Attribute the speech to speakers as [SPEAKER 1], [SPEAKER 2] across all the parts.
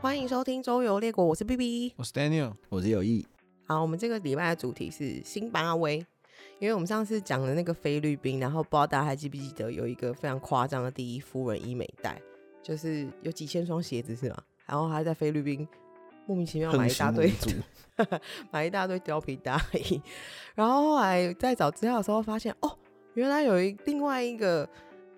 [SPEAKER 1] 欢迎收听《周游列国》，我是 B B。
[SPEAKER 2] 我是哦 Daniel，
[SPEAKER 3] 我是有意，
[SPEAKER 1] 好，我们这个礼拜的主题是新巴威，因为我们上次讲的那个菲律宾，然后不知道大家还记不记得有一个非常夸张的第一夫人伊美黛，就是有几千双鞋子是吗？然后她在菲律宾莫名其妙买一大堆
[SPEAKER 3] 横行无阻
[SPEAKER 1] 买一大堆貂皮大衣，然后后来在找资料的时候发现，哦，原来有一另外一个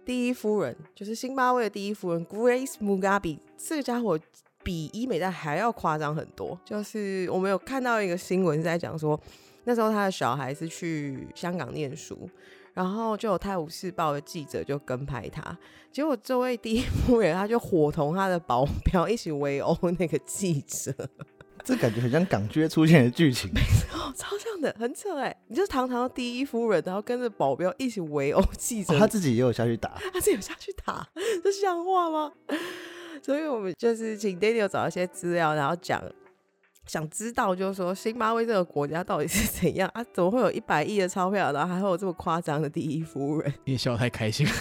[SPEAKER 1] 第一夫人，就是津巴威的第一夫人 Grace Mugabe，这个家伙比伊美黛还要夸张很多。就是我们有看到一个新闻是在讲说，那时候他的小孩是去香港念书。然后就有《泰晤士报》的记者就跟拍他，结果这位第一夫人他就伙同他的保镖一起围殴那个记者，
[SPEAKER 3] 这感觉很像港剧出现的剧情。
[SPEAKER 1] 哦，超像的，很扯哎！你就是堂堂的第一夫人，然后跟着保镖一起围殴记者，
[SPEAKER 3] 哦他自己也有下去打，
[SPEAKER 1] 他自己有下去打，这像话吗？ 所以我们就是请 Daniel 找一些资料，然后讲，想知道就是说，新巴威这个国家到底是怎样啊？怎么会有一百亿的钞票，然后还会有这么夸张的第一夫人？
[SPEAKER 2] 你也笑得太开心了。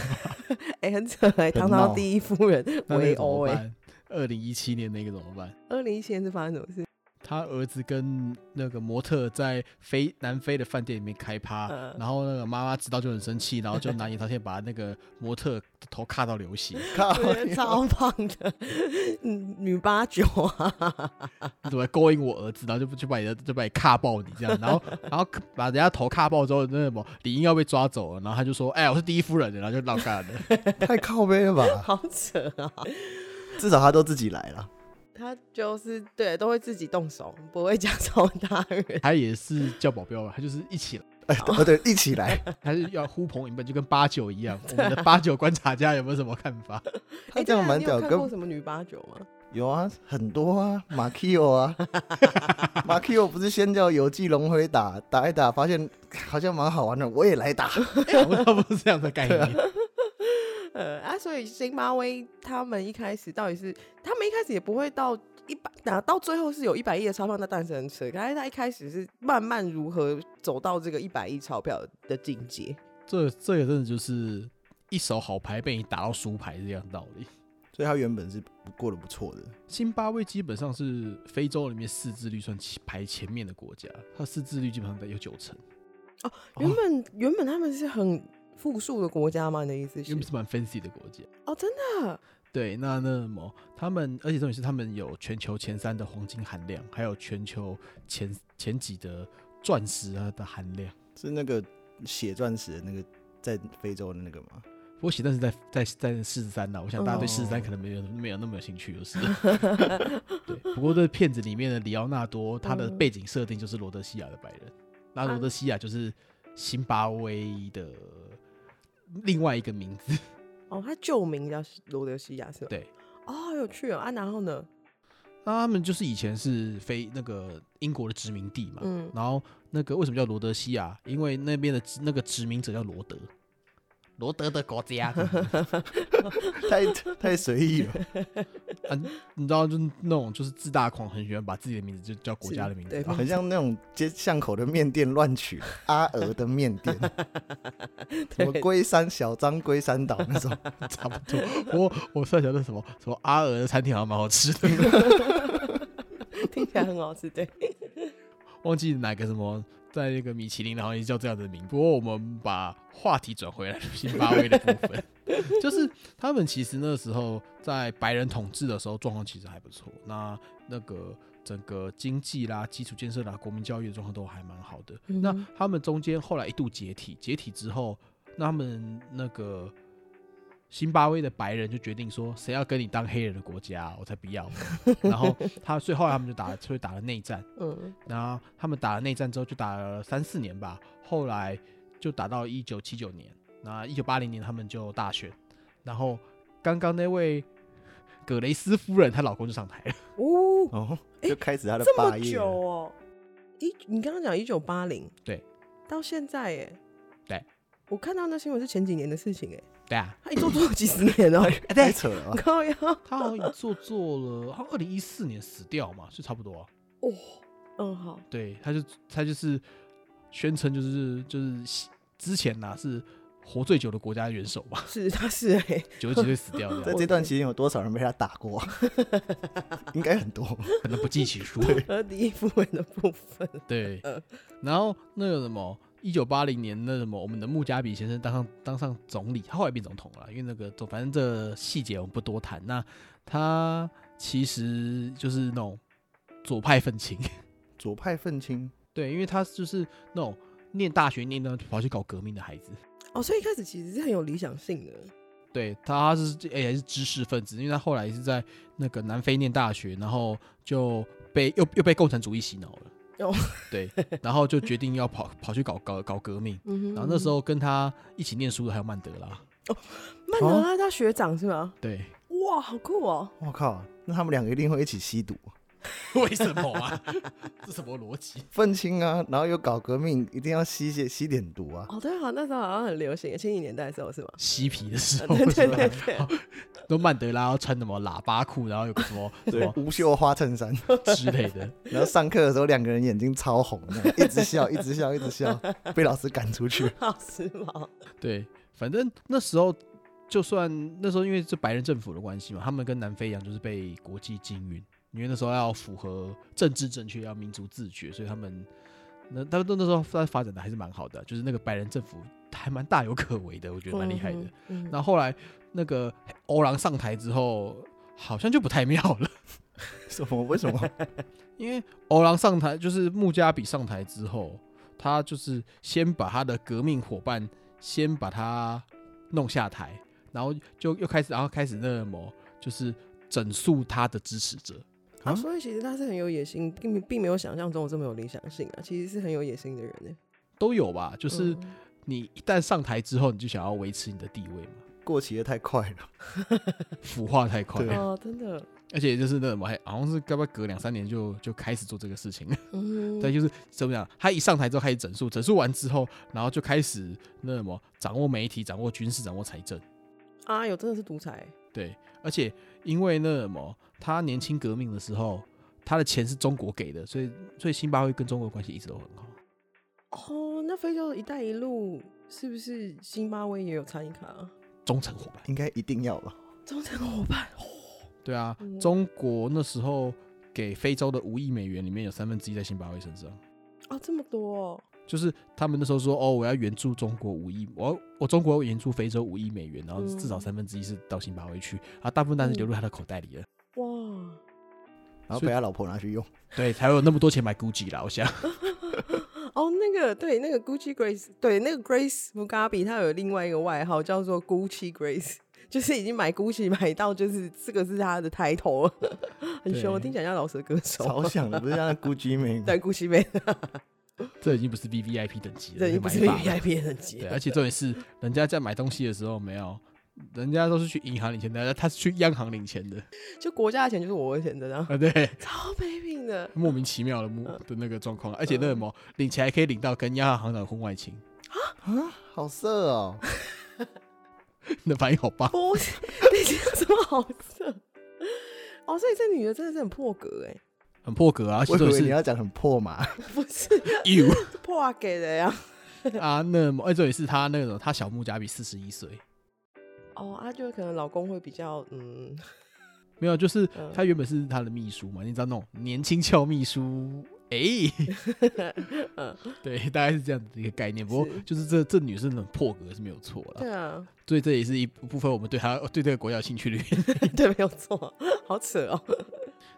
[SPEAKER 1] 哎、很扯哎，堂堂的第一夫人
[SPEAKER 2] 那那
[SPEAKER 1] 围
[SPEAKER 2] 个怎
[SPEAKER 1] 殴
[SPEAKER 2] 么
[SPEAKER 1] 哎！
[SPEAKER 2] 办？二零一七年那个怎么办？
[SPEAKER 1] 二零一七年是发生什么事？
[SPEAKER 2] 他儿子跟那个模特在非南非的饭店里面开趴，
[SPEAKER 1] 嗯
[SPEAKER 2] 然后那个妈妈知道就很生气，然后就拿眼刀线把那个模特的头卡到流血。
[SPEAKER 3] 靠
[SPEAKER 1] 我觉得超胖的， 嗯，女八九啊，
[SPEAKER 2] 你怎么勾引我儿子？然后就就把你的就把你卡爆你这样，然后然后把人家头卡爆之后，那什么李英要被抓走了，然后他就说：“哎、我是第一夫人。”然后就闹干了。
[SPEAKER 3] 太靠背了吧？
[SPEAKER 1] 好扯啊！
[SPEAKER 3] 至少他都自己来了，
[SPEAKER 1] 他就是对，都会自己动手，不会假装他人。
[SPEAKER 2] 他也是叫保镖吧，他就是一起
[SPEAKER 3] 哎，哦对，一起来。
[SPEAKER 2] 还是要呼朋引伴，就跟八九一样。我们的八九观察家有没有什么看法？
[SPEAKER 3] 他
[SPEAKER 1] 诶
[SPEAKER 3] 这
[SPEAKER 1] 对
[SPEAKER 3] 样
[SPEAKER 1] 啊
[SPEAKER 3] 蛮
[SPEAKER 1] 你有
[SPEAKER 3] 屌，
[SPEAKER 1] 看过
[SPEAKER 3] 跟
[SPEAKER 1] 什么女八九吗？
[SPEAKER 3] 有啊，很多啊，马 Q 啊，马 Q 不是先叫游记龙辉打打一打，发现 好像蛮好玩的，我也来打。
[SPEAKER 2] 我差不多是这样的概念。
[SPEAKER 1] 呃啊，所以辛巴威他们一开始到底是，他们一开始也不会到一百，拿到最后是有一百亿的钞票，那诞生扯。但是他一开始是慢慢如何走到这个一百亿钞票的境界。
[SPEAKER 2] 这这个真的就是一手好牌被你打到输牌是这样的道理。
[SPEAKER 3] 所以他原本是过得不错的，
[SPEAKER 2] 津巴威基本上是非洲里面识字率算起排前面的国家，它识字率基本上得有九成，哦
[SPEAKER 1] 原本、原本他们是很富庶的国家吗？你的意思是
[SPEAKER 2] 原？本是蛮 fancy 的国家。
[SPEAKER 1] 哦，真的，
[SPEAKER 2] 对，那那什么，他们而且重点是他们有全球前三的黄金含量，还有全球前前几的钻石啊的含量。
[SPEAKER 3] 是那个血钻石的那个在非洲的那个吗？
[SPEAKER 2] 不过写但是在在在四十三呐，我想大家对
[SPEAKER 1] 哦
[SPEAKER 2] 四十三可能没有、没有那么有兴趣，就是。 对，不过这片子里面的里奥纳多，他的
[SPEAKER 1] 嗯
[SPEAKER 2] 背景设定就是罗德西亚的白人，那罗德西亚就是辛巴威的另外一个名字。
[SPEAKER 1] 哦，他旧名叫罗德西亚是吧？
[SPEAKER 2] 对，
[SPEAKER 1] 哦，好有趣哦啊，然后呢？
[SPEAKER 2] 那他们就是以前是非那个英国的殖民地嘛，
[SPEAKER 1] 嗯
[SPEAKER 2] 然后那个为什么叫罗德西亚？因为那边的殖那个殖民者叫罗德，罗德的国家。
[SPEAKER 3] 太太随意了，
[SPEAKER 2] 你知道，就是那种就是自大狂，很喜欢把自己的名字就叫国家的名字，
[SPEAKER 1] 是对
[SPEAKER 2] 然后
[SPEAKER 3] 很像那种街巷口的面店乱取 阿娥的面店，什么龟山小张龟山岛 那种，
[SPEAKER 2] 差不多。我我突然想到什么什么阿尔的餐厅好像蛮好吃的，
[SPEAKER 1] 听起来很好吃，对。
[SPEAKER 2] 忘记哪个什么在那个米其林，然后也叫这样的名。不过我们把话题转回来，津巴威的部分， 就是他们其实那时候在白人统治的时候状况其实还不错，那那个整个经济啦、基础建设啦、国民教育的状况都还蛮好的。那
[SPEAKER 1] 嗯
[SPEAKER 2] 他们中间后来一度解体，解体之后，那他们那个津巴威的白人就决定说，谁要跟你当黑人的国家，啊我才不要。然后他所以后来他们就打，所以打了内战。
[SPEAKER 1] 嗯，
[SPEAKER 2] 然后他们打了内战之后，就打了三四年吧，后来就打到一九七九年。那一九八零年他们就大选，然后刚刚那位葛雷斯夫人她老公就上台了。
[SPEAKER 1] 哦，
[SPEAKER 3] 哦，就开始他的
[SPEAKER 1] 这么
[SPEAKER 3] 霸业
[SPEAKER 1] 久
[SPEAKER 3] 了。
[SPEAKER 1] 哦，一你刚刚讲一九八零，
[SPEAKER 2] 对，
[SPEAKER 1] 到现在耶，
[SPEAKER 2] 对，
[SPEAKER 1] 我看到那新闻是前几年的事情哎，
[SPEAKER 2] 对啊，
[SPEAKER 1] 他一做做了几十年哦，
[SPEAKER 3] 太扯了 吧！
[SPEAKER 1] 高呀，
[SPEAKER 2] 她好像也做做了，好像二零一四年死掉嘛，是差不多啊、
[SPEAKER 1] 哦，嗯好，
[SPEAKER 2] 对，他就他就是宣称就是就是之前呐、是活最久的国家元首吧，
[SPEAKER 1] 是他是哎、
[SPEAKER 2] 九十几岁死掉这
[SPEAKER 3] 在
[SPEAKER 2] 样，
[SPEAKER 3] 这段期间有多少人被他打过？ 应该很多。
[SPEAKER 2] 可能不计其数。啊
[SPEAKER 1] 和 第一部分的部分，
[SPEAKER 2] 对
[SPEAKER 1] 嗯，
[SPEAKER 2] 然后那个什么，一九八零年那什么，我们的穆加比先生当上当上总理，他后来变总统了，因为那个总反正这细节我们不多谈。那他其实就是那种左派愤青，
[SPEAKER 3] 左派愤青，
[SPEAKER 2] 对，因为他就是那种念大学念到跑去搞革命的孩子。
[SPEAKER 1] 哦，所以一开始其实是很有理想性的，
[SPEAKER 2] 对，他是诶也、是知识分子，因为他后来是在那个南非念大学，然后就被又又被共产主义洗脑了。
[SPEAKER 1] 哦，
[SPEAKER 2] 对，然后就决定要跑跑去搞搞搞革命。
[SPEAKER 1] 嗯哼
[SPEAKER 2] 然后那时候跟他一起念书的还有曼德拉，
[SPEAKER 1] 曼德
[SPEAKER 2] 哦
[SPEAKER 1] 拉他学长是吗？
[SPEAKER 2] 对，
[SPEAKER 1] 哇，好酷哦！
[SPEAKER 3] 我靠，那他们两个一定会一起吸毒。
[SPEAKER 2] 为什么啊？ 这什么逻辑？
[SPEAKER 3] 愤青啊，然后又搞革命，一定要吸些吸点毒啊。
[SPEAKER 1] 哦，对啊，那时候好像很流行，七零年代的时候是吗？
[SPEAKER 2] 嬉皮的时
[SPEAKER 1] 呃
[SPEAKER 2] 候
[SPEAKER 1] 对
[SPEAKER 2] 哦
[SPEAKER 1] 对
[SPEAKER 2] 是吧，
[SPEAKER 1] 对对，
[SPEAKER 2] 都曼德拉要穿什么喇叭裤，然后有个什么什
[SPEAKER 3] 对
[SPEAKER 2] 么，
[SPEAKER 3] 无袖花 衬衫，
[SPEAKER 2] 之类的，
[SPEAKER 3] 然后上课的时候两个人眼睛超红的，一直笑，一直笑，一直笑，被老师赶出去。
[SPEAKER 1] 好时髦。
[SPEAKER 2] 对，反正那时候就算那时候因为是白人政府的关系嘛，他们跟南非一样，就是被国际禁运，因为那时候要符合政治正确，要民族自觉，所以他们那他们那时候发发展的还是蛮好的，啊就是那个白人政府还蛮大有可为的，我觉得蛮厉害的。
[SPEAKER 1] 嗯哼。
[SPEAKER 2] 那后来那个欧郎上台之后，好像就不太妙了，
[SPEAKER 3] 什么？为什么？
[SPEAKER 2] 因为欧郎上台就是穆加比上台之后，他就是先把他的革命伙伴先把他弄下台，然后就又开始，然后开始那什么，就是整肃他的支持者。
[SPEAKER 1] 嗯啊，所以其实他是很有野心，并并没有想象中我这么有理想性啊，其实是很有野心的人欸嗯呢。
[SPEAKER 2] 都有吧，
[SPEAKER 1] 就
[SPEAKER 2] 就
[SPEAKER 1] 是
[SPEAKER 2] 你一旦上台之后，你就想要维持你的地位嘛，
[SPEAKER 3] 过期的太快了。
[SPEAKER 2] 腐化太快，
[SPEAKER 3] 对
[SPEAKER 1] 哦，真的，
[SPEAKER 2] 而且就是那什么，还好像是该不该隔两三年就就开始做这个事情了。
[SPEAKER 1] 嗯，
[SPEAKER 2] 对，，就是怎么讲，他一上台之后开始整肃，整肃完之后，然后就开始那什么掌握媒体、掌握军事、掌握财政，
[SPEAKER 1] 啊，有真的是独裁，
[SPEAKER 2] 对，而且因为那什么，他年轻革命的时候，他的钱是中国给的，所以所以津巴威跟中国的关系一直都很好。
[SPEAKER 1] 哦，那非洲的一带一路是不是津巴威也有参与卡啊？
[SPEAKER 2] 忠诚伙伴，
[SPEAKER 3] 应该一定要吧？
[SPEAKER 1] 中间伙伴，
[SPEAKER 2] 对啊，
[SPEAKER 1] 嗯
[SPEAKER 2] 中国那时候给非洲的五亿美元里面有三分之一在津巴威身上，
[SPEAKER 1] 哦，这么多哦、
[SPEAKER 2] 就是他们那时候说哦，我要援助中国五亿，我要我中国要援助非洲五亿美元，然后至少
[SPEAKER 1] 嗯
[SPEAKER 2] 三分之一是到津巴威去，啊，大部分当然是流入他的口袋里了。
[SPEAKER 1] 哇，
[SPEAKER 3] 然后被他老婆拿 去用，
[SPEAKER 2] 对，才有那么多钱买 GUCCI 啦。我想，
[SPEAKER 1] 哦，那个对，那个 Gucci Grace，对，那个 Grace Mugabe，她有另外一个外号叫做 Gucci Grace，就是 已经买 Gucci 买到就是这个是她的抬头， 很凶，
[SPEAKER 2] 对
[SPEAKER 1] 听起来像老舌歌手。
[SPEAKER 3] 超像的，不是 像那 Gucci 妹
[SPEAKER 1] 哦
[SPEAKER 3] 吗？
[SPEAKER 1] 对，Gucci 妹，
[SPEAKER 2] 这已经不是 V V I P 等级了，
[SPEAKER 1] 这已经不是
[SPEAKER 2] 买法了
[SPEAKER 1] VIP 等级
[SPEAKER 2] 对，啊
[SPEAKER 1] 了
[SPEAKER 2] 而。且重点是，人家在买东西的时候没有，人家都是去银行领钱的，他是去央行领钱的
[SPEAKER 1] 就国家的钱就是我的钱的，然后
[SPEAKER 2] 啊，对，
[SPEAKER 1] 超没品的，
[SPEAKER 2] 莫名其妙的莫
[SPEAKER 1] 嗯
[SPEAKER 2] 的那个状况，而且那什么
[SPEAKER 3] 嗯
[SPEAKER 2] 领钱还可以领到跟央行行长婚外情，
[SPEAKER 3] 啊，好色哦！
[SPEAKER 2] 那反应好棒，
[SPEAKER 1] 不是，等一下有什么好色？哦，所以这女的真的是很破格哎、
[SPEAKER 2] 很破格啊，而且
[SPEAKER 3] 我以
[SPEAKER 2] 重
[SPEAKER 3] 为
[SPEAKER 2] 点
[SPEAKER 3] 你
[SPEAKER 2] 是
[SPEAKER 3] 要讲很破嘛，
[SPEAKER 1] 不是
[SPEAKER 2] you
[SPEAKER 1] 破给的呀。
[SPEAKER 2] 啊，那么而且重点是他那种他小木加比四十一岁，
[SPEAKER 1] 哦，啊，就可能老公会比较嗯，
[SPEAKER 2] 没有，就是
[SPEAKER 1] 嗯
[SPEAKER 2] 他原本是他的秘书嘛，你知道那种年轻俏秘书。 哎、
[SPEAKER 1] 嗯
[SPEAKER 2] 对，大概是这样的一个概念。不过
[SPEAKER 1] 是
[SPEAKER 2] 就是这这女生很破格是没有错啦，
[SPEAKER 1] 对 啊，
[SPEAKER 2] 所以这也是一部分我们对他对这个国家有兴趣的原因。
[SPEAKER 1] 对，没有错，好扯哦。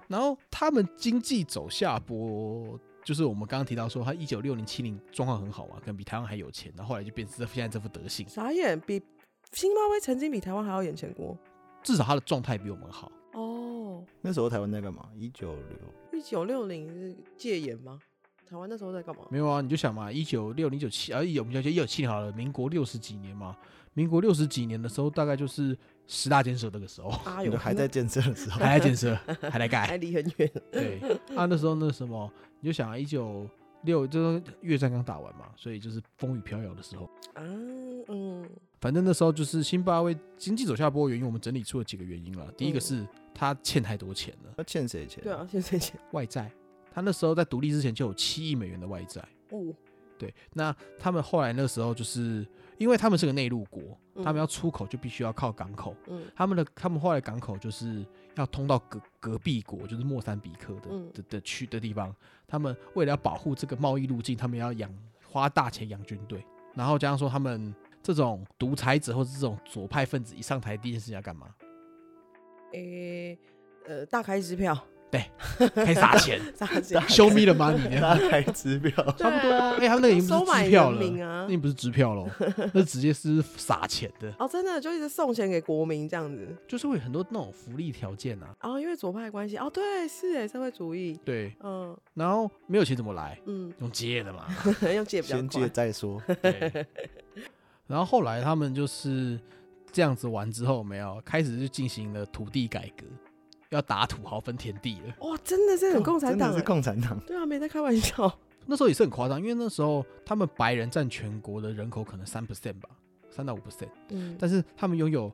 [SPEAKER 2] 然后他们经济走下坡，就是我们刚刚提到说，他一九六零七零状况很好嘛，可能比台湾还有钱，然后后来就变成这现在这副德行，
[SPEAKER 1] 傻眼，比津巴威曾经比台湾还要眼前过
[SPEAKER 2] 至少他的状态比我们好。
[SPEAKER 1] 哦。
[SPEAKER 3] 那时候台湾在干嘛？一九六，
[SPEAKER 1] 一九六零是戒严吗？台湾那时候在干嘛？
[SPEAKER 2] 没有啊，你就想嘛，一九六零九七啊，一我们就一九七零好了，民国六十几年嘛，民国六十几年的时候，大概就是十大建设那个时候，
[SPEAKER 1] 啊，
[SPEAKER 3] 你
[SPEAKER 1] 有
[SPEAKER 3] 都还在建设的时候，
[SPEAKER 2] 还在建设，还在
[SPEAKER 1] 还
[SPEAKER 2] 盖。
[SPEAKER 1] 离很远。
[SPEAKER 2] 对啊，那时候那什么，你就想啊，一九六就是越战刚打完嘛，所以就是风雨飘摇的时候。
[SPEAKER 1] 啊，嗯，
[SPEAKER 2] 反正那时候就是津巴威经济走下坡的原因，我们整理出了几个原因了。第一个是他欠太多钱了，
[SPEAKER 3] 他欠谁钱？
[SPEAKER 1] 对啊，现在钱
[SPEAKER 2] 外债。他那时候在独立之前就有七亿美元的外债。
[SPEAKER 1] 哦，
[SPEAKER 2] 对，那他们后来那时候就是因为他们是个内陆国，
[SPEAKER 1] 嗯
[SPEAKER 2] 他们要出口就必须要靠港口。
[SPEAKER 1] 嗯
[SPEAKER 2] 他们的他们后来港口就是要通到隔隔壁国，就是莫桑比克的、
[SPEAKER 1] 嗯
[SPEAKER 2] 的的区的地方。他们为了要保护这个贸易路径，他们要养花大钱养军队，然后加上说他们这种独裁者或者这种左派分子一上台，第一件事情要干嘛？
[SPEAKER 1] 诶、呃，大开支票，
[SPEAKER 2] 开始撒钱
[SPEAKER 1] 啥子？
[SPEAKER 2] ，show me the money，这样
[SPEAKER 3] 大开支票，
[SPEAKER 2] 差不多啊。哎、
[SPEAKER 1] 对啊
[SPEAKER 2] 他们那个已经
[SPEAKER 1] 啊收
[SPEAKER 2] 不是
[SPEAKER 1] 买
[SPEAKER 2] 支票
[SPEAKER 1] 人
[SPEAKER 2] 了，
[SPEAKER 1] 民啊
[SPEAKER 2] 那已！经不是支票了，哦那直接是撒钱的，
[SPEAKER 1] 哦，真的就一直送钱给国民这样子。
[SPEAKER 2] 就是会有很多那种福利条件啊。
[SPEAKER 1] 哦，因为左派关系。哦，对，是哎，社会主义。
[SPEAKER 2] 对，
[SPEAKER 1] 嗯
[SPEAKER 2] 然后没有钱怎么来？
[SPEAKER 1] 嗯，
[SPEAKER 2] 用借的嘛。
[SPEAKER 1] 要借比较
[SPEAKER 3] 先
[SPEAKER 1] 快
[SPEAKER 3] 借。再说。
[SPEAKER 2] 对然后后来他们就是这样子玩之后，没有开始就进行了土地改革，要打土豪分田地了。
[SPEAKER 1] 哇，真的是很共产
[SPEAKER 3] 真的
[SPEAKER 1] 党
[SPEAKER 3] 是
[SPEAKER 1] 欸。
[SPEAKER 3] 共产党，
[SPEAKER 1] 对啊，没在开玩笑。
[SPEAKER 2] 那时候也是很夸张，因为那时候他们白人占全国的人口可能三 percent 吧，三到五 percent，
[SPEAKER 1] 嗯，
[SPEAKER 2] 但是他们拥有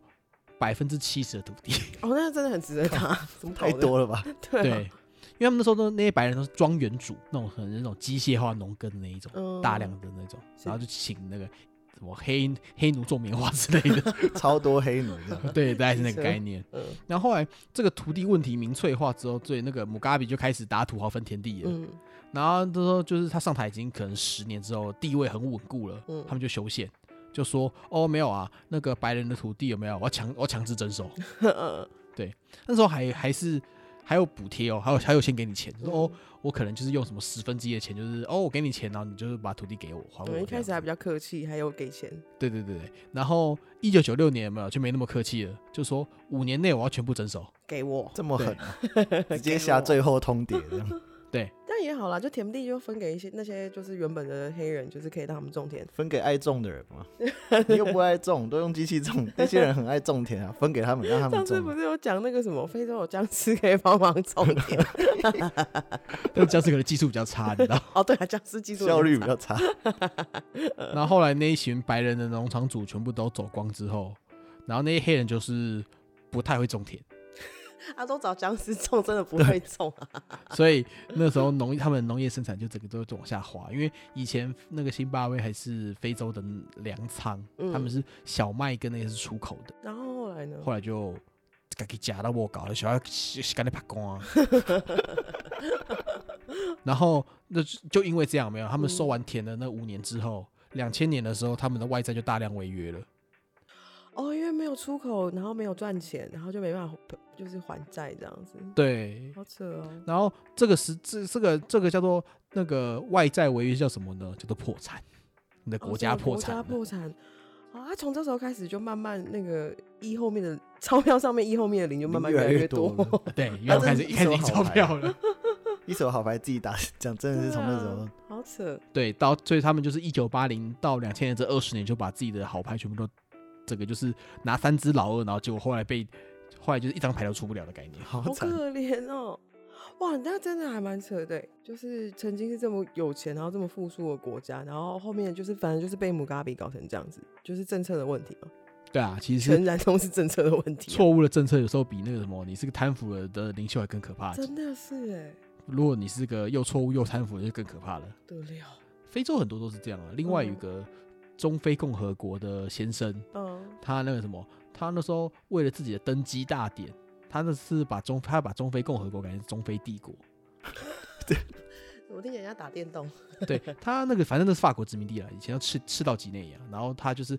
[SPEAKER 2] 百分之七十的土地。
[SPEAKER 1] 哦，那真的很值得打， 怎么搞
[SPEAKER 3] 太
[SPEAKER 1] 的？
[SPEAKER 3] 多了吧？
[SPEAKER 1] 对
[SPEAKER 2] 对
[SPEAKER 1] 啊，，
[SPEAKER 2] 因为他们那时候都那些白人都是庄园主，那种很那种机械化农耕的那一种，
[SPEAKER 1] 嗯
[SPEAKER 2] 大量的那种，
[SPEAKER 1] 是
[SPEAKER 2] 然后就请那个什么黑黑奴种棉花之类的，
[SPEAKER 3] 超多黑奴这样，
[SPEAKER 2] 对，大概是那
[SPEAKER 1] 是
[SPEAKER 2] 个概念。
[SPEAKER 1] 嗯
[SPEAKER 2] 然后后来这个土地问题民粹化之后，所以那个姆嘎比就开始打土豪分田地了。
[SPEAKER 1] 嗯
[SPEAKER 2] 然后他说，就是他上台已经可能十年之后，地位很稳固了，
[SPEAKER 1] 嗯
[SPEAKER 2] 他们就修宪，就说哦没有啊，那个白人的土地有没有？我要强我要强制 征收。
[SPEAKER 1] 嗯
[SPEAKER 2] 那时候还还是还有补贴哦，还有还有先给你钱，就说哦
[SPEAKER 1] 嗯
[SPEAKER 2] 我可能就是用什么十分之一的钱，就是哦我给你钱，然后你就是把土地给我还我。
[SPEAKER 1] 嗯，一开始还比较
[SPEAKER 2] 较
[SPEAKER 1] 客气，还有给钱。
[SPEAKER 2] 对对对对。然后一九九六年有没有就没那么客气了，就说五年内我要全部征收。
[SPEAKER 1] 给我，
[SPEAKER 3] 这么狠啊、直接下最后通牒这样，
[SPEAKER 1] 但也好啦，就田地就分给一些那些就是原本的黑人，就是可以让他们种田。
[SPEAKER 3] 分给爱种的人 嘛。你又不爱种，都用机器种，那些人很爱种田啊，分给他们，让他
[SPEAKER 1] 上
[SPEAKER 3] 们
[SPEAKER 1] 次不
[SPEAKER 3] 种。
[SPEAKER 1] 是有讲那个什么非洲有僵尸可以帮忙种田？
[SPEAKER 2] 但僵尸可能技术比较差，你知道吗。
[SPEAKER 1] 哦，对啊，僵尸技术
[SPEAKER 3] 效率比
[SPEAKER 1] 很
[SPEAKER 3] 较差，
[SPEAKER 2] 然后后来那一群白人的农场主全部都走光之后，然后那些黑人就是不太会种田，
[SPEAKER 1] 差，啊他都找僵尸种，真的不会种啊。
[SPEAKER 2] 所以那时候农他们农业生产就整个都往下滑，因为以前那个津巴威还是非洲的粮仓，
[SPEAKER 1] 嗯
[SPEAKER 2] 他们是小麦跟那个是出口的，
[SPEAKER 1] 然后后来呢？
[SPEAKER 2] 后来就。自己夹到我搞了，小孩赶紧拍光啊！然后那就就因为这样，没有他们收完田的那五年之后，两千年的时候，他们的外债就大量违约了。
[SPEAKER 1] 哦，因为没有出口，然后没有赚钱，然后就没办法就是还债这样子。
[SPEAKER 2] 对，
[SPEAKER 1] 好扯 哦，
[SPEAKER 2] 然后这个是这这个这个叫做那个外债违约叫什么呢？叫做破产，你的国家
[SPEAKER 1] 哦是
[SPEAKER 2] 破
[SPEAKER 1] 国
[SPEAKER 2] 产
[SPEAKER 1] 家
[SPEAKER 2] 了。
[SPEAKER 1] 破产。啊，他从这时候开始就慢慢那个一后面的钞票上面一后面的零就慢慢
[SPEAKER 3] 越
[SPEAKER 1] 来
[SPEAKER 3] 来
[SPEAKER 1] 越
[SPEAKER 3] 越多了
[SPEAKER 2] 对，因为我开始
[SPEAKER 3] 真
[SPEAKER 2] 一
[SPEAKER 3] 是
[SPEAKER 2] 开始
[SPEAKER 3] 一
[SPEAKER 2] 印
[SPEAKER 3] 手
[SPEAKER 2] 钞
[SPEAKER 3] 好牌
[SPEAKER 2] 票了。
[SPEAKER 3] 一手好牌自己打，讲真的是从那时候
[SPEAKER 1] 对啊，好扯。
[SPEAKER 2] 对，到所以他们就是一九八零到两千年这二十年就把自己的好牌全部都，这个就是拿三只老二，然后结果后来被后来就是一张牌都出不了的概念。
[SPEAKER 3] 好
[SPEAKER 1] 好
[SPEAKER 3] 惨，
[SPEAKER 1] 可怜哦。哇，那真的还蛮扯的欸，就是曾经是这么有钱，然后这么富庶的国家，然后后面就是反正就是被姆嘎比搞成这样子，就是政策的问题嘛，
[SPEAKER 2] 对啊，其实
[SPEAKER 1] 全然都是政策的问题啊、
[SPEAKER 2] 错误的政策有时候比那个什么，你是个贪腐了的领袖还更可怕。
[SPEAKER 1] 真的是哎，
[SPEAKER 2] 如果你是个又错误又贪腐的，就更可怕了。
[SPEAKER 1] 得了，
[SPEAKER 2] 非洲很多都是这样啊。另外有一个中非共和国的先生，
[SPEAKER 1] 嗯，
[SPEAKER 2] 他那个什么，他那时候为了自己的登基大典，他那是把中他把中非共和国改成中非帝国。
[SPEAKER 1] 我听人家打电动，
[SPEAKER 2] 对他那个反正都是法国殖民地了，以前要吃吃到几内亚，然后他就是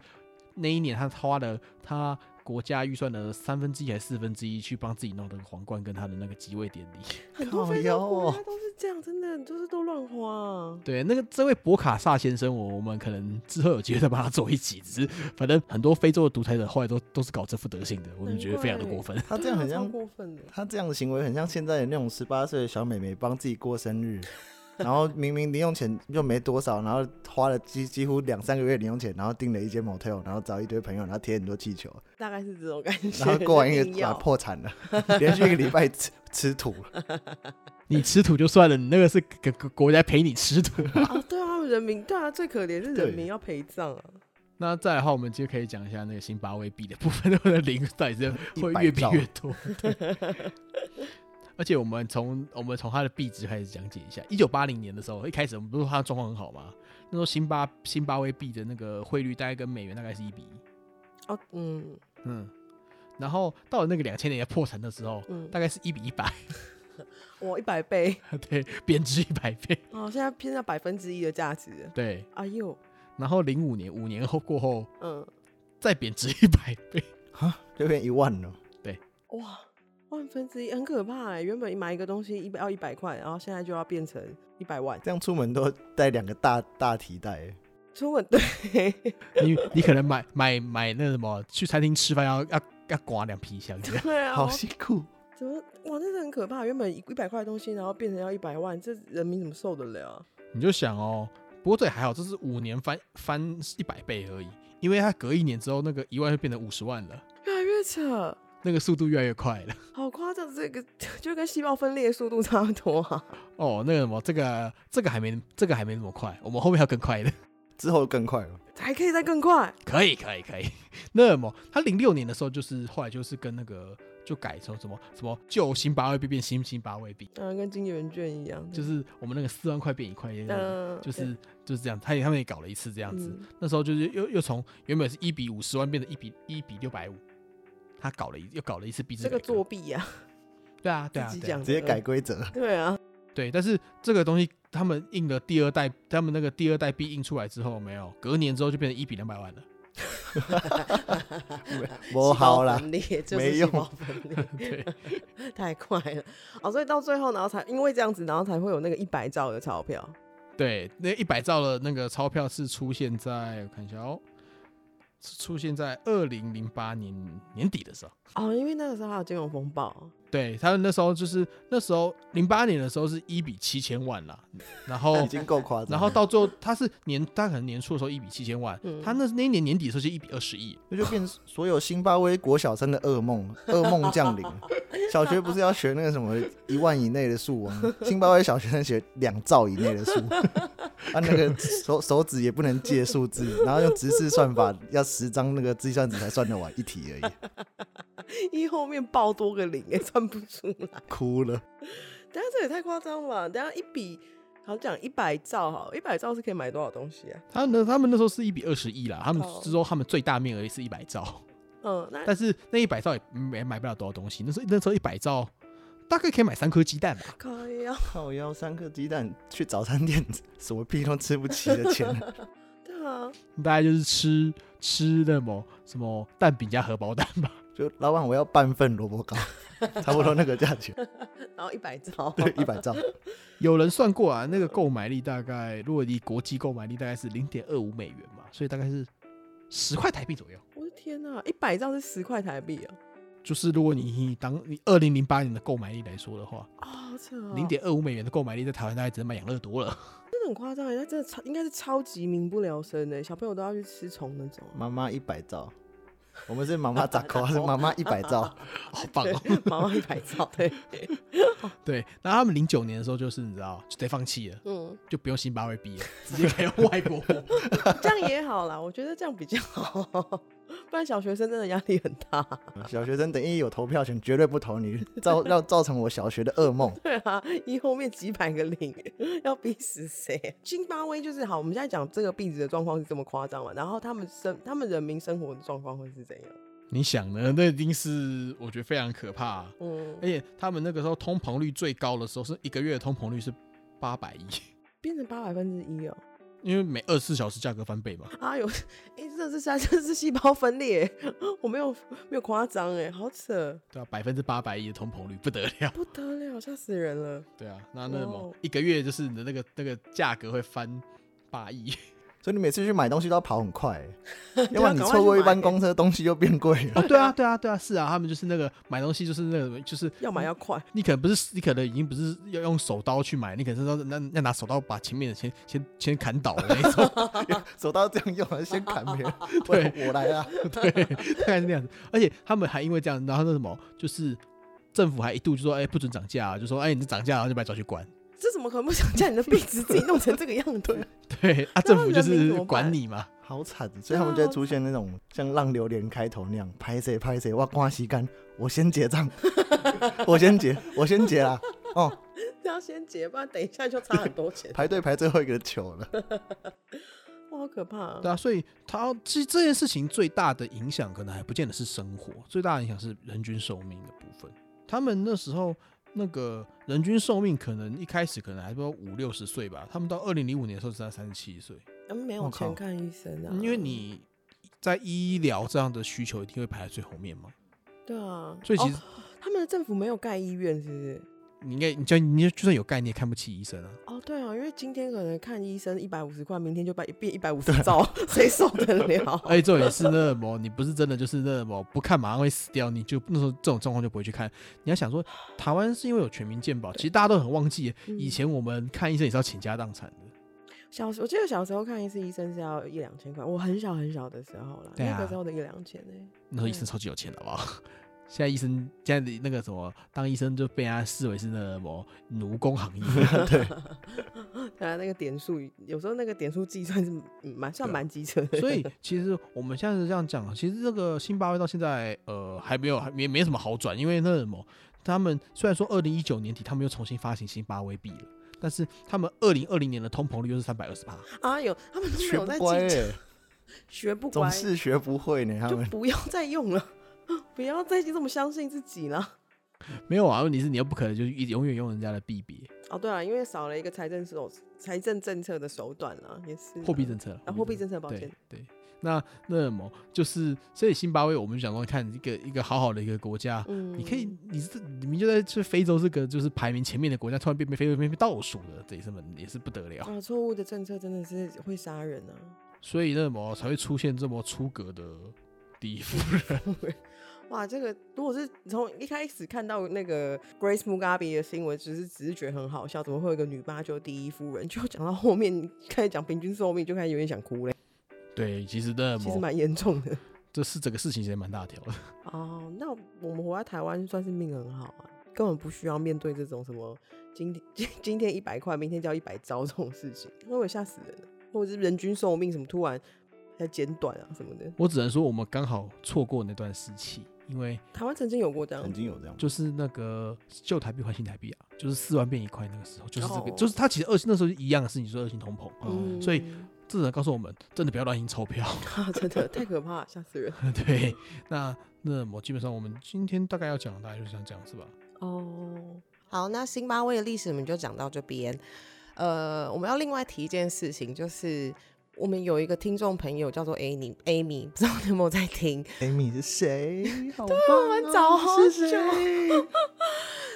[SPEAKER 2] 那一年他花了他。国家预算的三分之一还是四分之一去帮自己弄的皇冠跟他的那个即位典礼。
[SPEAKER 1] 很多
[SPEAKER 3] 靠
[SPEAKER 1] 非
[SPEAKER 3] 腰
[SPEAKER 1] 洲国
[SPEAKER 3] 哦
[SPEAKER 1] 家都是这样，真的就是都乱花啊、
[SPEAKER 2] 对，那个这位博卡萨先生，我我们可能之后有机会再帮他做一集。只是反正很多非洲的独裁者后来都都是搞这副德性的，我们觉得非常的过分。
[SPEAKER 3] 他这
[SPEAKER 1] 对
[SPEAKER 3] 样
[SPEAKER 1] 啊
[SPEAKER 3] 很
[SPEAKER 1] 超
[SPEAKER 3] 像，
[SPEAKER 1] 过分的，
[SPEAKER 3] 他这样的行为很像现在的那种十八岁的小妹妹帮自己过生日。然后明明零用钱又没多少，然后花了几几乎两三个月零用钱，然后订了一间 motel，然后找一堆朋友，然后贴很多气球，
[SPEAKER 1] 大概是这种感觉。
[SPEAKER 3] 然后过完一
[SPEAKER 1] 一
[SPEAKER 3] 个
[SPEAKER 1] 定
[SPEAKER 3] 把
[SPEAKER 1] 要
[SPEAKER 3] 破产了， 连续一个礼拜吃吃土，
[SPEAKER 2] 你吃土就算了，你那个是国国国家陪你吃土。
[SPEAKER 1] 啊，对啊，人民对啊，最可怜是人
[SPEAKER 3] 对
[SPEAKER 1] 民要陪葬啊，
[SPEAKER 2] 那再来的话，我们就可以讲一下那个津巴威币的部分，那个零到底是会
[SPEAKER 3] 100
[SPEAKER 2] 越币
[SPEAKER 3] 兆
[SPEAKER 2] 越多。对 而且我们从我们从它的币值开始讲解一下。一九八零年的时候，一开始我们不是说它的状况很好吗？那时候辛巴辛巴威币的那个汇率大概跟美元大概是一比一，
[SPEAKER 1] 哦，嗯
[SPEAKER 2] 嗯，然后到了那个两千年要破产的时候，
[SPEAKER 1] 嗯，
[SPEAKER 2] 大概是一比一百，
[SPEAKER 1] 我一百倍
[SPEAKER 2] 对，贬值一百倍，
[SPEAKER 1] 哦，现在偏到百分之一的价值了。
[SPEAKER 2] 对。
[SPEAKER 1] 哎呦，
[SPEAKER 2] 然后零五年五年后过后
[SPEAKER 1] 嗯，
[SPEAKER 2] 再贬值一百倍，
[SPEAKER 3] 啊，就变一万了。
[SPEAKER 1] 哇，万分之一很可怕哎、原本买一个东西一百要一百块，然后现在就要变成一百万，
[SPEAKER 3] 这样出门都带两个大大提袋，
[SPEAKER 1] 出门 对，
[SPEAKER 2] 你你可能买买买那什么去餐厅吃饭要要要刮两皮箱这样。
[SPEAKER 1] 对啊，
[SPEAKER 3] 好辛苦。
[SPEAKER 1] 怎么哇，那是很可怕。原本一一百块的东西，然后变成要一百万，这人民怎么受得了啊？
[SPEAKER 2] 你就想哦，不过这也还好，这是五年翻翻一百倍而已，因为它隔一年之后，那个一万就变成五十万了，
[SPEAKER 1] 越来越扯，
[SPEAKER 2] 那个速度越来越快了。
[SPEAKER 1] 好夸张，这个 就跟细胞分裂速度差不多啊。
[SPEAKER 2] 哦，那个什么，这个这个还没这个还没那么快，我们后面还有更快的。
[SPEAKER 3] 之后更快了，
[SPEAKER 1] 还可以再更快，
[SPEAKER 2] 可以，可以，可以。 那么，他零六年的时候，就是后来就是跟那个就改成什么什么旧新巴威币变新新巴威币，
[SPEAKER 1] 嗯、跟经纪人券一样，
[SPEAKER 2] 就是我们那个四万块变一块钱，
[SPEAKER 1] 嗯
[SPEAKER 2] 就是就是这样。他也他们也搞了一次这样子，
[SPEAKER 1] 嗯
[SPEAKER 2] 那时候就是又又从原本是一比五十万变成一比一比六百五，他搞了一又搞了一次币制
[SPEAKER 1] 这
[SPEAKER 2] 改革。
[SPEAKER 1] 个作弊呀、啊，
[SPEAKER 2] 对啊对啊
[SPEAKER 1] 自己
[SPEAKER 2] 对啊
[SPEAKER 1] 讲
[SPEAKER 3] 直接改规 则。
[SPEAKER 1] 对啊，
[SPEAKER 2] 对，但是这个东西他们印了第二代，他们那个第二代币印出来之后，没有隔年之后就变成一比两百万了。
[SPEAKER 3] 我好啦
[SPEAKER 1] 细胞，分裂就是
[SPEAKER 3] 没
[SPEAKER 1] 细
[SPEAKER 3] 用
[SPEAKER 1] 胞 分
[SPEAKER 2] 对，
[SPEAKER 1] 裂 太快了哦，所以到最后，然后才因为这样子，然后才会有那个一百兆的钞票，
[SPEAKER 2] 对，那一百兆的那个钞票是出现在我看一下哦，是出现在二零零八年年底的时候。
[SPEAKER 1] 哦，因为那个时候还有金融风暴，
[SPEAKER 2] 对他们那时候就是那时候零八年的时候是一比七千万啦，然后
[SPEAKER 3] 已经够夸张了。
[SPEAKER 2] 然后到最后他是年他可能年初的时候一比七千万，
[SPEAKER 1] 嗯
[SPEAKER 2] 他那那一年年底的时候就一比二十亿，
[SPEAKER 3] 那就变成所有辛巴威国小生的噩梦，噩梦降临。小学不是要学那个什么一万以内的数吗？辛巴威小学生学两兆以内的数， 啊，那个手手指也不能借数字，然后用直式算法，要十张那个计算纸才算得完一题而已，
[SPEAKER 1] 一后面爆多个零也算不出来，
[SPEAKER 3] 哭了。
[SPEAKER 1] 等下这也太夸张了吧，等下一笔。好讲一百兆好了，一百兆是可以买多少东西啊？
[SPEAKER 2] 他那他们那时候是一比二十亿啦，他们
[SPEAKER 1] 哦
[SPEAKER 2] 之后他们最大面额是一百兆，
[SPEAKER 1] 嗯，那
[SPEAKER 2] 但是那一百兆也没买不了多少东西，那时候那时候一百兆大概可以买三颗鸡蛋吧，
[SPEAKER 1] 可以啊，
[SPEAKER 3] 靠腰三颗鸡蛋去早餐店，什么屁都吃不起的钱，
[SPEAKER 1] 对啊，
[SPEAKER 2] 大概就是吃吃那么什么蛋饼加荷包蛋吧，
[SPEAKER 3] 就老板我要半份萝卜糕， 差不多那个价钱，
[SPEAKER 1] 然后一百兆，
[SPEAKER 3] 对，一百兆。
[SPEAKER 2] 有人算过啊，那个购买力大概如果以国际购买力大概是零点二五美元嘛，所以大概是十块台币左右。
[SPEAKER 1] 我的天呐、啊，一百兆是十块台币啊！
[SPEAKER 2] 就是如果你以当你二零零八年的购买力来说的话，
[SPEAKER 1] 啊、好扯哦
[SPEAKER 2] 零，点二五美元的购买力在台湾大概只能买养乐多了。
[SPEAKER 1] 真的很夸张哎，那真的超应该是超级民不聊生的，小朋友都要去吃虫那种。
[SPEAKER 3] 妈妈一百兆，我们是妈妈咋扣，是妈妈一百兆，
[SPEAKER 2] 好棒哦！
[SPEAKER 1] 妈妈一百兆，对，
[SPEAKER 2] 对，然后他们零九年的时候就是你知道就得放弃了，
[SPEAKER 1] 嗯，
[SPEAKER 2] 就不用辛巴威币了，直接改用外国 货。
[SPEAKER 1] 这样也好啦，我觉得这样比较好， 不然小学生真的压力很大。
[SPEAKER 3] 小学生等一有投票权绝对不投你，造 要造成我小学的噩梦。
[SPEAKER 1] 对啊，一后面几百个零， 要逼死谁？津巴威就是好，我们现在讲这个币值的状况是这么夸张嘛，然后他们生他们人民生活的状况会是怎样？
[SPEAKER 2] 你想呢？那一定是我觉得非常可怕、
[SPEAKER 1] 嗯
[SPEAKER 2] 而，且他们那个时候通膨率最高的时候是一个月的通膨率是八百亿，
[SPEAKER 1] 变成八百分之一哦。
[SPEAKER 2] 因为每二十四小时价格翻倍嘛。
[SPEAKER 1] 啊 有，哎、这是啥？这是细胞分裂， 我没有没有夸张哎，好扯，
[SPEAKER 2] 对啊，百分之八百一的通膨率不得了。
[SPEAKER 1] 不得了，吓死人了。
[SPEAKER 2] 对啊，那那什
[SPEAKER 1] 哇
[SPEAKER 2] 么
[SPEAKER 1] 哦
[SPEAKER 2] 一个月就是你的那个那个价格会翻八亿。
[SPEAKER 3] 所以你每次去买东西都要跑很快、 要不
[SPEAKER 1] 要
[SPEAKER 3] 然你
[SPEAKER 1] 赶快
[SPEAKER 3] 错过
[SPEAKER 1] 去
[SPEAKER 3] 一班
[SPEAKER 1] 买
[SPEAKER 3] 公车，东西就变贵了。
[SPEAKER 2] 哦，对啊， 对啊，对啊，是啊，他们就是那个买东西就是那个就是
[SPEAKER 1] 要买要快，
[SPEAKER 2] 你可能不是，你可能已经不是要用手刀去买，你可能是要那要拿手刀把前面的先先先砍倒的那种，
[SPEAKER 3] 手刀这样用啊，先砍别 人，
[SPEAKER 2] 对
[SPEAKER 3] 我我来啊，
[SPEAKER 2] 对， 大概是那样子。而且他们还因为这样，然后那什么，就是政府还一度就说，哎、不准涨价、啊，就说，哎、你这涨价，然后就把你抓去关。
[SPEAKER 1] 这怎么可能不想叫你的病子自己弄成这个样子？
[SPEAKER 2] 对啊，
[SPEAKER 1] 那
[SPEAKER 2] 政府就
[SPEAKER 1] 人民
[SPEAKER 2] 是
[SPEAKER 1] 怎么办
[SPEAKER 2] 管你嘛，
[SPEAKER 3] 好惨，所以他们就会出现那种像浪流连开头那样，拍谁拍谁，哇，刮吸干，我先结 账，我先结，我先结啦，哦，
[SPEAKER 1] 要先结，不然等一下就差很多钱，
[SPEAKER 3] 排队排最后一个球 了，
[SPEAKER 1] 哇，好可怕、啊。
[SPEAKER 2] 对啊，所以他其实这件事情最大的影响，可能还不见得是生活，最大的影响是人均寿命的部分。他们那时候那个人均寿命，可能一开始可能还不到五六十岁吧，他们到二零零五年的时候只在三十七岁，
[SPEAKER 1] 嗯没有
[SPEAKER 3] 我靠
[SPEAKER 1] 钱看医生啊，
[SPEAKER 2] 因为你在医疗这样的需求一定会排在最后面嘛，
[SPEAKER 1] 对啊，
[SPEAKER 2] 所以其实
[SPEAKER 1] 哦、他们的政府没有盖医院，是不是？
[SPEAKER 2] 你应该你就你就算有概念，看不起医生啊。
[SPEAKER 1] 哦，对啊，因为今天可能看医生一百五十块，明天就把变一百五十兆，
[SPEAKER 2] 啊
[SPEAKER 1] 谁受得了？
[SPEAKER 2] 而且这种也是那么，你不是真的就是那么不看马上会死掉，你就那时候这种状况就不会去看。你要想说，台湾是因为有全民健保，其实大家都很忘记，
[SPEAKER 1] 嗯
[SPEAKER 2] 以前我们看医生也是要倾家荡产的。
[SPEAKER 1] 小时我记得小时候看一次医生是要一两千块，我很小很小的时候啦，
[SPEAKER 2] 对啊
[SPEAKER 1] 那个时候的一两千呢、
[SPEAKER 2] 那时候医生超级有钱的，好不好？ 现在医生现在的那个什么，当医生就被人家视为是那什么奴工行业。
[SPEAKER 1] 对啊，那个点数有时候那个点数计算是嗯蛮算
[SPEAKER 2] 对啊
[SPEAKER 1] 蛮机车的，
[SPEAKER 2] 所以其实我们现在是这样讲，其实这个津巴威到现在呃还没有还没没什么好转，因为那什么，他们虽然说二零一九年底他们又重新发行津巴威币了，但是他们二零二零年的通膨率又是三百二十八，
[SPEAKER 1] 啊有他们都没
[SPEAKER 3] 学
[SPEAKER 1] 有
[SPEAKER 3] 不
[SPEAKER 1] 在
[SPEAKER 3] 乖、
[SPEAKER 1] 计较
[SPEAKER 3] 欸，
[SPEAKER 1] 学不乖
[SPEAKER 3] 总是学不会呢，他
[SPEAKER 1] 就
[SPEAKER 3] 们
[SPEAKER 1] 不要再用了， 不要再这么相信自己了。
[SPEAKER 2] 没有啊？问题是你又不可能就一直永远用人家的币别
[SPEAKER 1] 哦，对了，因为少了一个财政手财政政策的手段啊，也是啊
[SPEAKER 2] 货币政策
[SPEAKER 1] 啊货币政策，抱歉
[SPEAKER 2] 对，对。那那么就是，所以津巴威我们想说看一个一个好好的一个国家，
[SPEAKER 1] 嗯，
[SPEAKER 2] 你可以，你是你们就在这非洲这个就是排名前面的国家，突然变被非洲变被倒数了，这也是蛮也是不得了。
[SPEAKER 1] 啊，错误的政策真的是会杀人 啊。
[SPEAKER 2] 所以那么才会出现这么出格的第一夫人。
[SPEAKER 1] 哇，这个如果是从一开始看到那个 Grace Mugabe 的新闻，只是只是觉得很好笑，怎么会有一个女八九第一夫人？就讲到后面开始讲平均寿命，就开始有点想哭嘞，
[SPEAKER 2] 对，其实那
[SPEAKER 1] 其实
[SPEAKER 2] 么
[SPEAKER 1] 蛮严重的。
[SPEAKER 2] 这是整个事情其实蛮大条的。
[SPEAKER 1] 哦，那我们活在台湾算是命很好啊，根本不需要面对这种什么今天今今天一百块，明天就要一百招这种事情，会不会吓死人？啊或者是人均寿命什么突然在减短啊什么的？
[SPEAKER 2] 我只能说我们刚好错过那段时期，因为
[SPEAKER 1] 台湾曾经有过这样
[SPEAKER 3] 曾
[SPEAKER 1] 子，
[SPEAKER 3] 经有这样，
[SPEAKER 2] 就是那个旧台币换新台币啊，就是四万变一块那个时候，就是这个，
[SPEAKER 1] 哦
[SPEAKER 2] 就是它其实二那时候一样的事情，就是恶性通膨。
[SPEAKER 3] 嗯
[SPEAKER 2] 啊所以这只能告诉我们，真的不要乱印钞票。
[SPEAKER 1] 啊， 真的太可怕了，吓死人！
[SPEAKER 2] 对，那那么基本上我们今天大概要讲的大概就是像这样是吧？
[SPEAKER 1] 哦，好，那辛巴威的历史我们就讲到这边。呃，我们要另外提一件事情，就是我们有一个听众朋友叫做 Amy Amy，不知道你有没有在听？
[SPEAKER 3] Amy 是谁？好棒
[SPEAKER 1] 我们找好
[SPEAKER 3] 哦
[SPEAKER 1] 久
[SPEAKER 3] 是谁？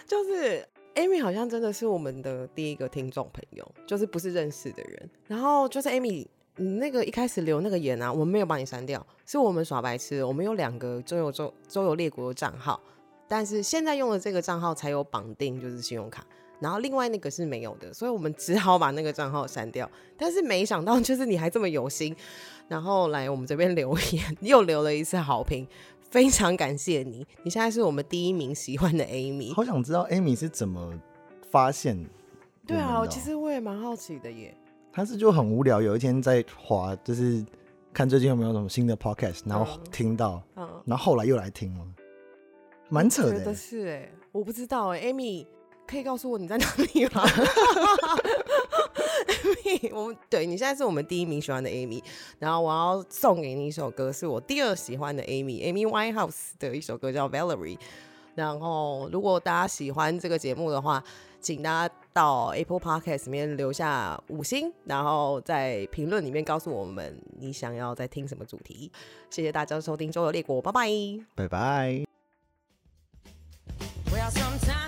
[SPEAKER 1] 就是 Amy 好像真的是我们的第一个听众朋友，就是不是认识的人。然后就是 Amy，你那个一开始留那个言啊，我们没有把你删掉，是我们耍白痴。我们有两个周游周周游列国的账号，但是现在用的这个账号才有绑定，就是信用卡。然后另外那个是没有的，所以我们只好把那个账号删掉。但是没想到，就是你还这么有心，然后来我们这边留言，又留了一次好评，非常感谢你。你现在是我们第一名喜欢的 Amy，
[SPEAKER 3] 好想知道 Amy 是怎么发现我们的
[SPEAKER 1] 对啊，
[SPEAKER 3] 哦
[SPEAKER 1] 我其实我也蛮好奇的耶。
[SPEAKER 3] 他是就很无聊，有一天在滑，就是看最近有没有什么新的 podcast，然后
[SPEAKER 1] 嗯
[SPEAKER 3] 听到，
[SPEAKER 1] 嗯，
[SPEAKER 3] 然后后来又来听了，蛮扯
[SPEAKER 1] 觉
[SPEAKER 3] 的
[SPEAKER 1] 得
[SPEAKER 3] 欸。
[SPEAKER 1] 是哎，我不知道哎，Amy 可以告诉我你在哪里吗？Amy，我 们对你现在是我们第一名喜欢的 Amy，然后我要送给你一首歌，是我第二喜欢的 Amy，Amy Winehouse 的一首歌叫 Valerie。然后，如果大家喜欢这个节目的话，请大家到 Apple Podcast 里面留下五星，然后在评论里面告诉我们你想要再听什么主题。谢谢大家收听《周游列国》，拜拜。
[SPEAKER 3] 拜拜。
[SPEAKER 4] Well, sometimes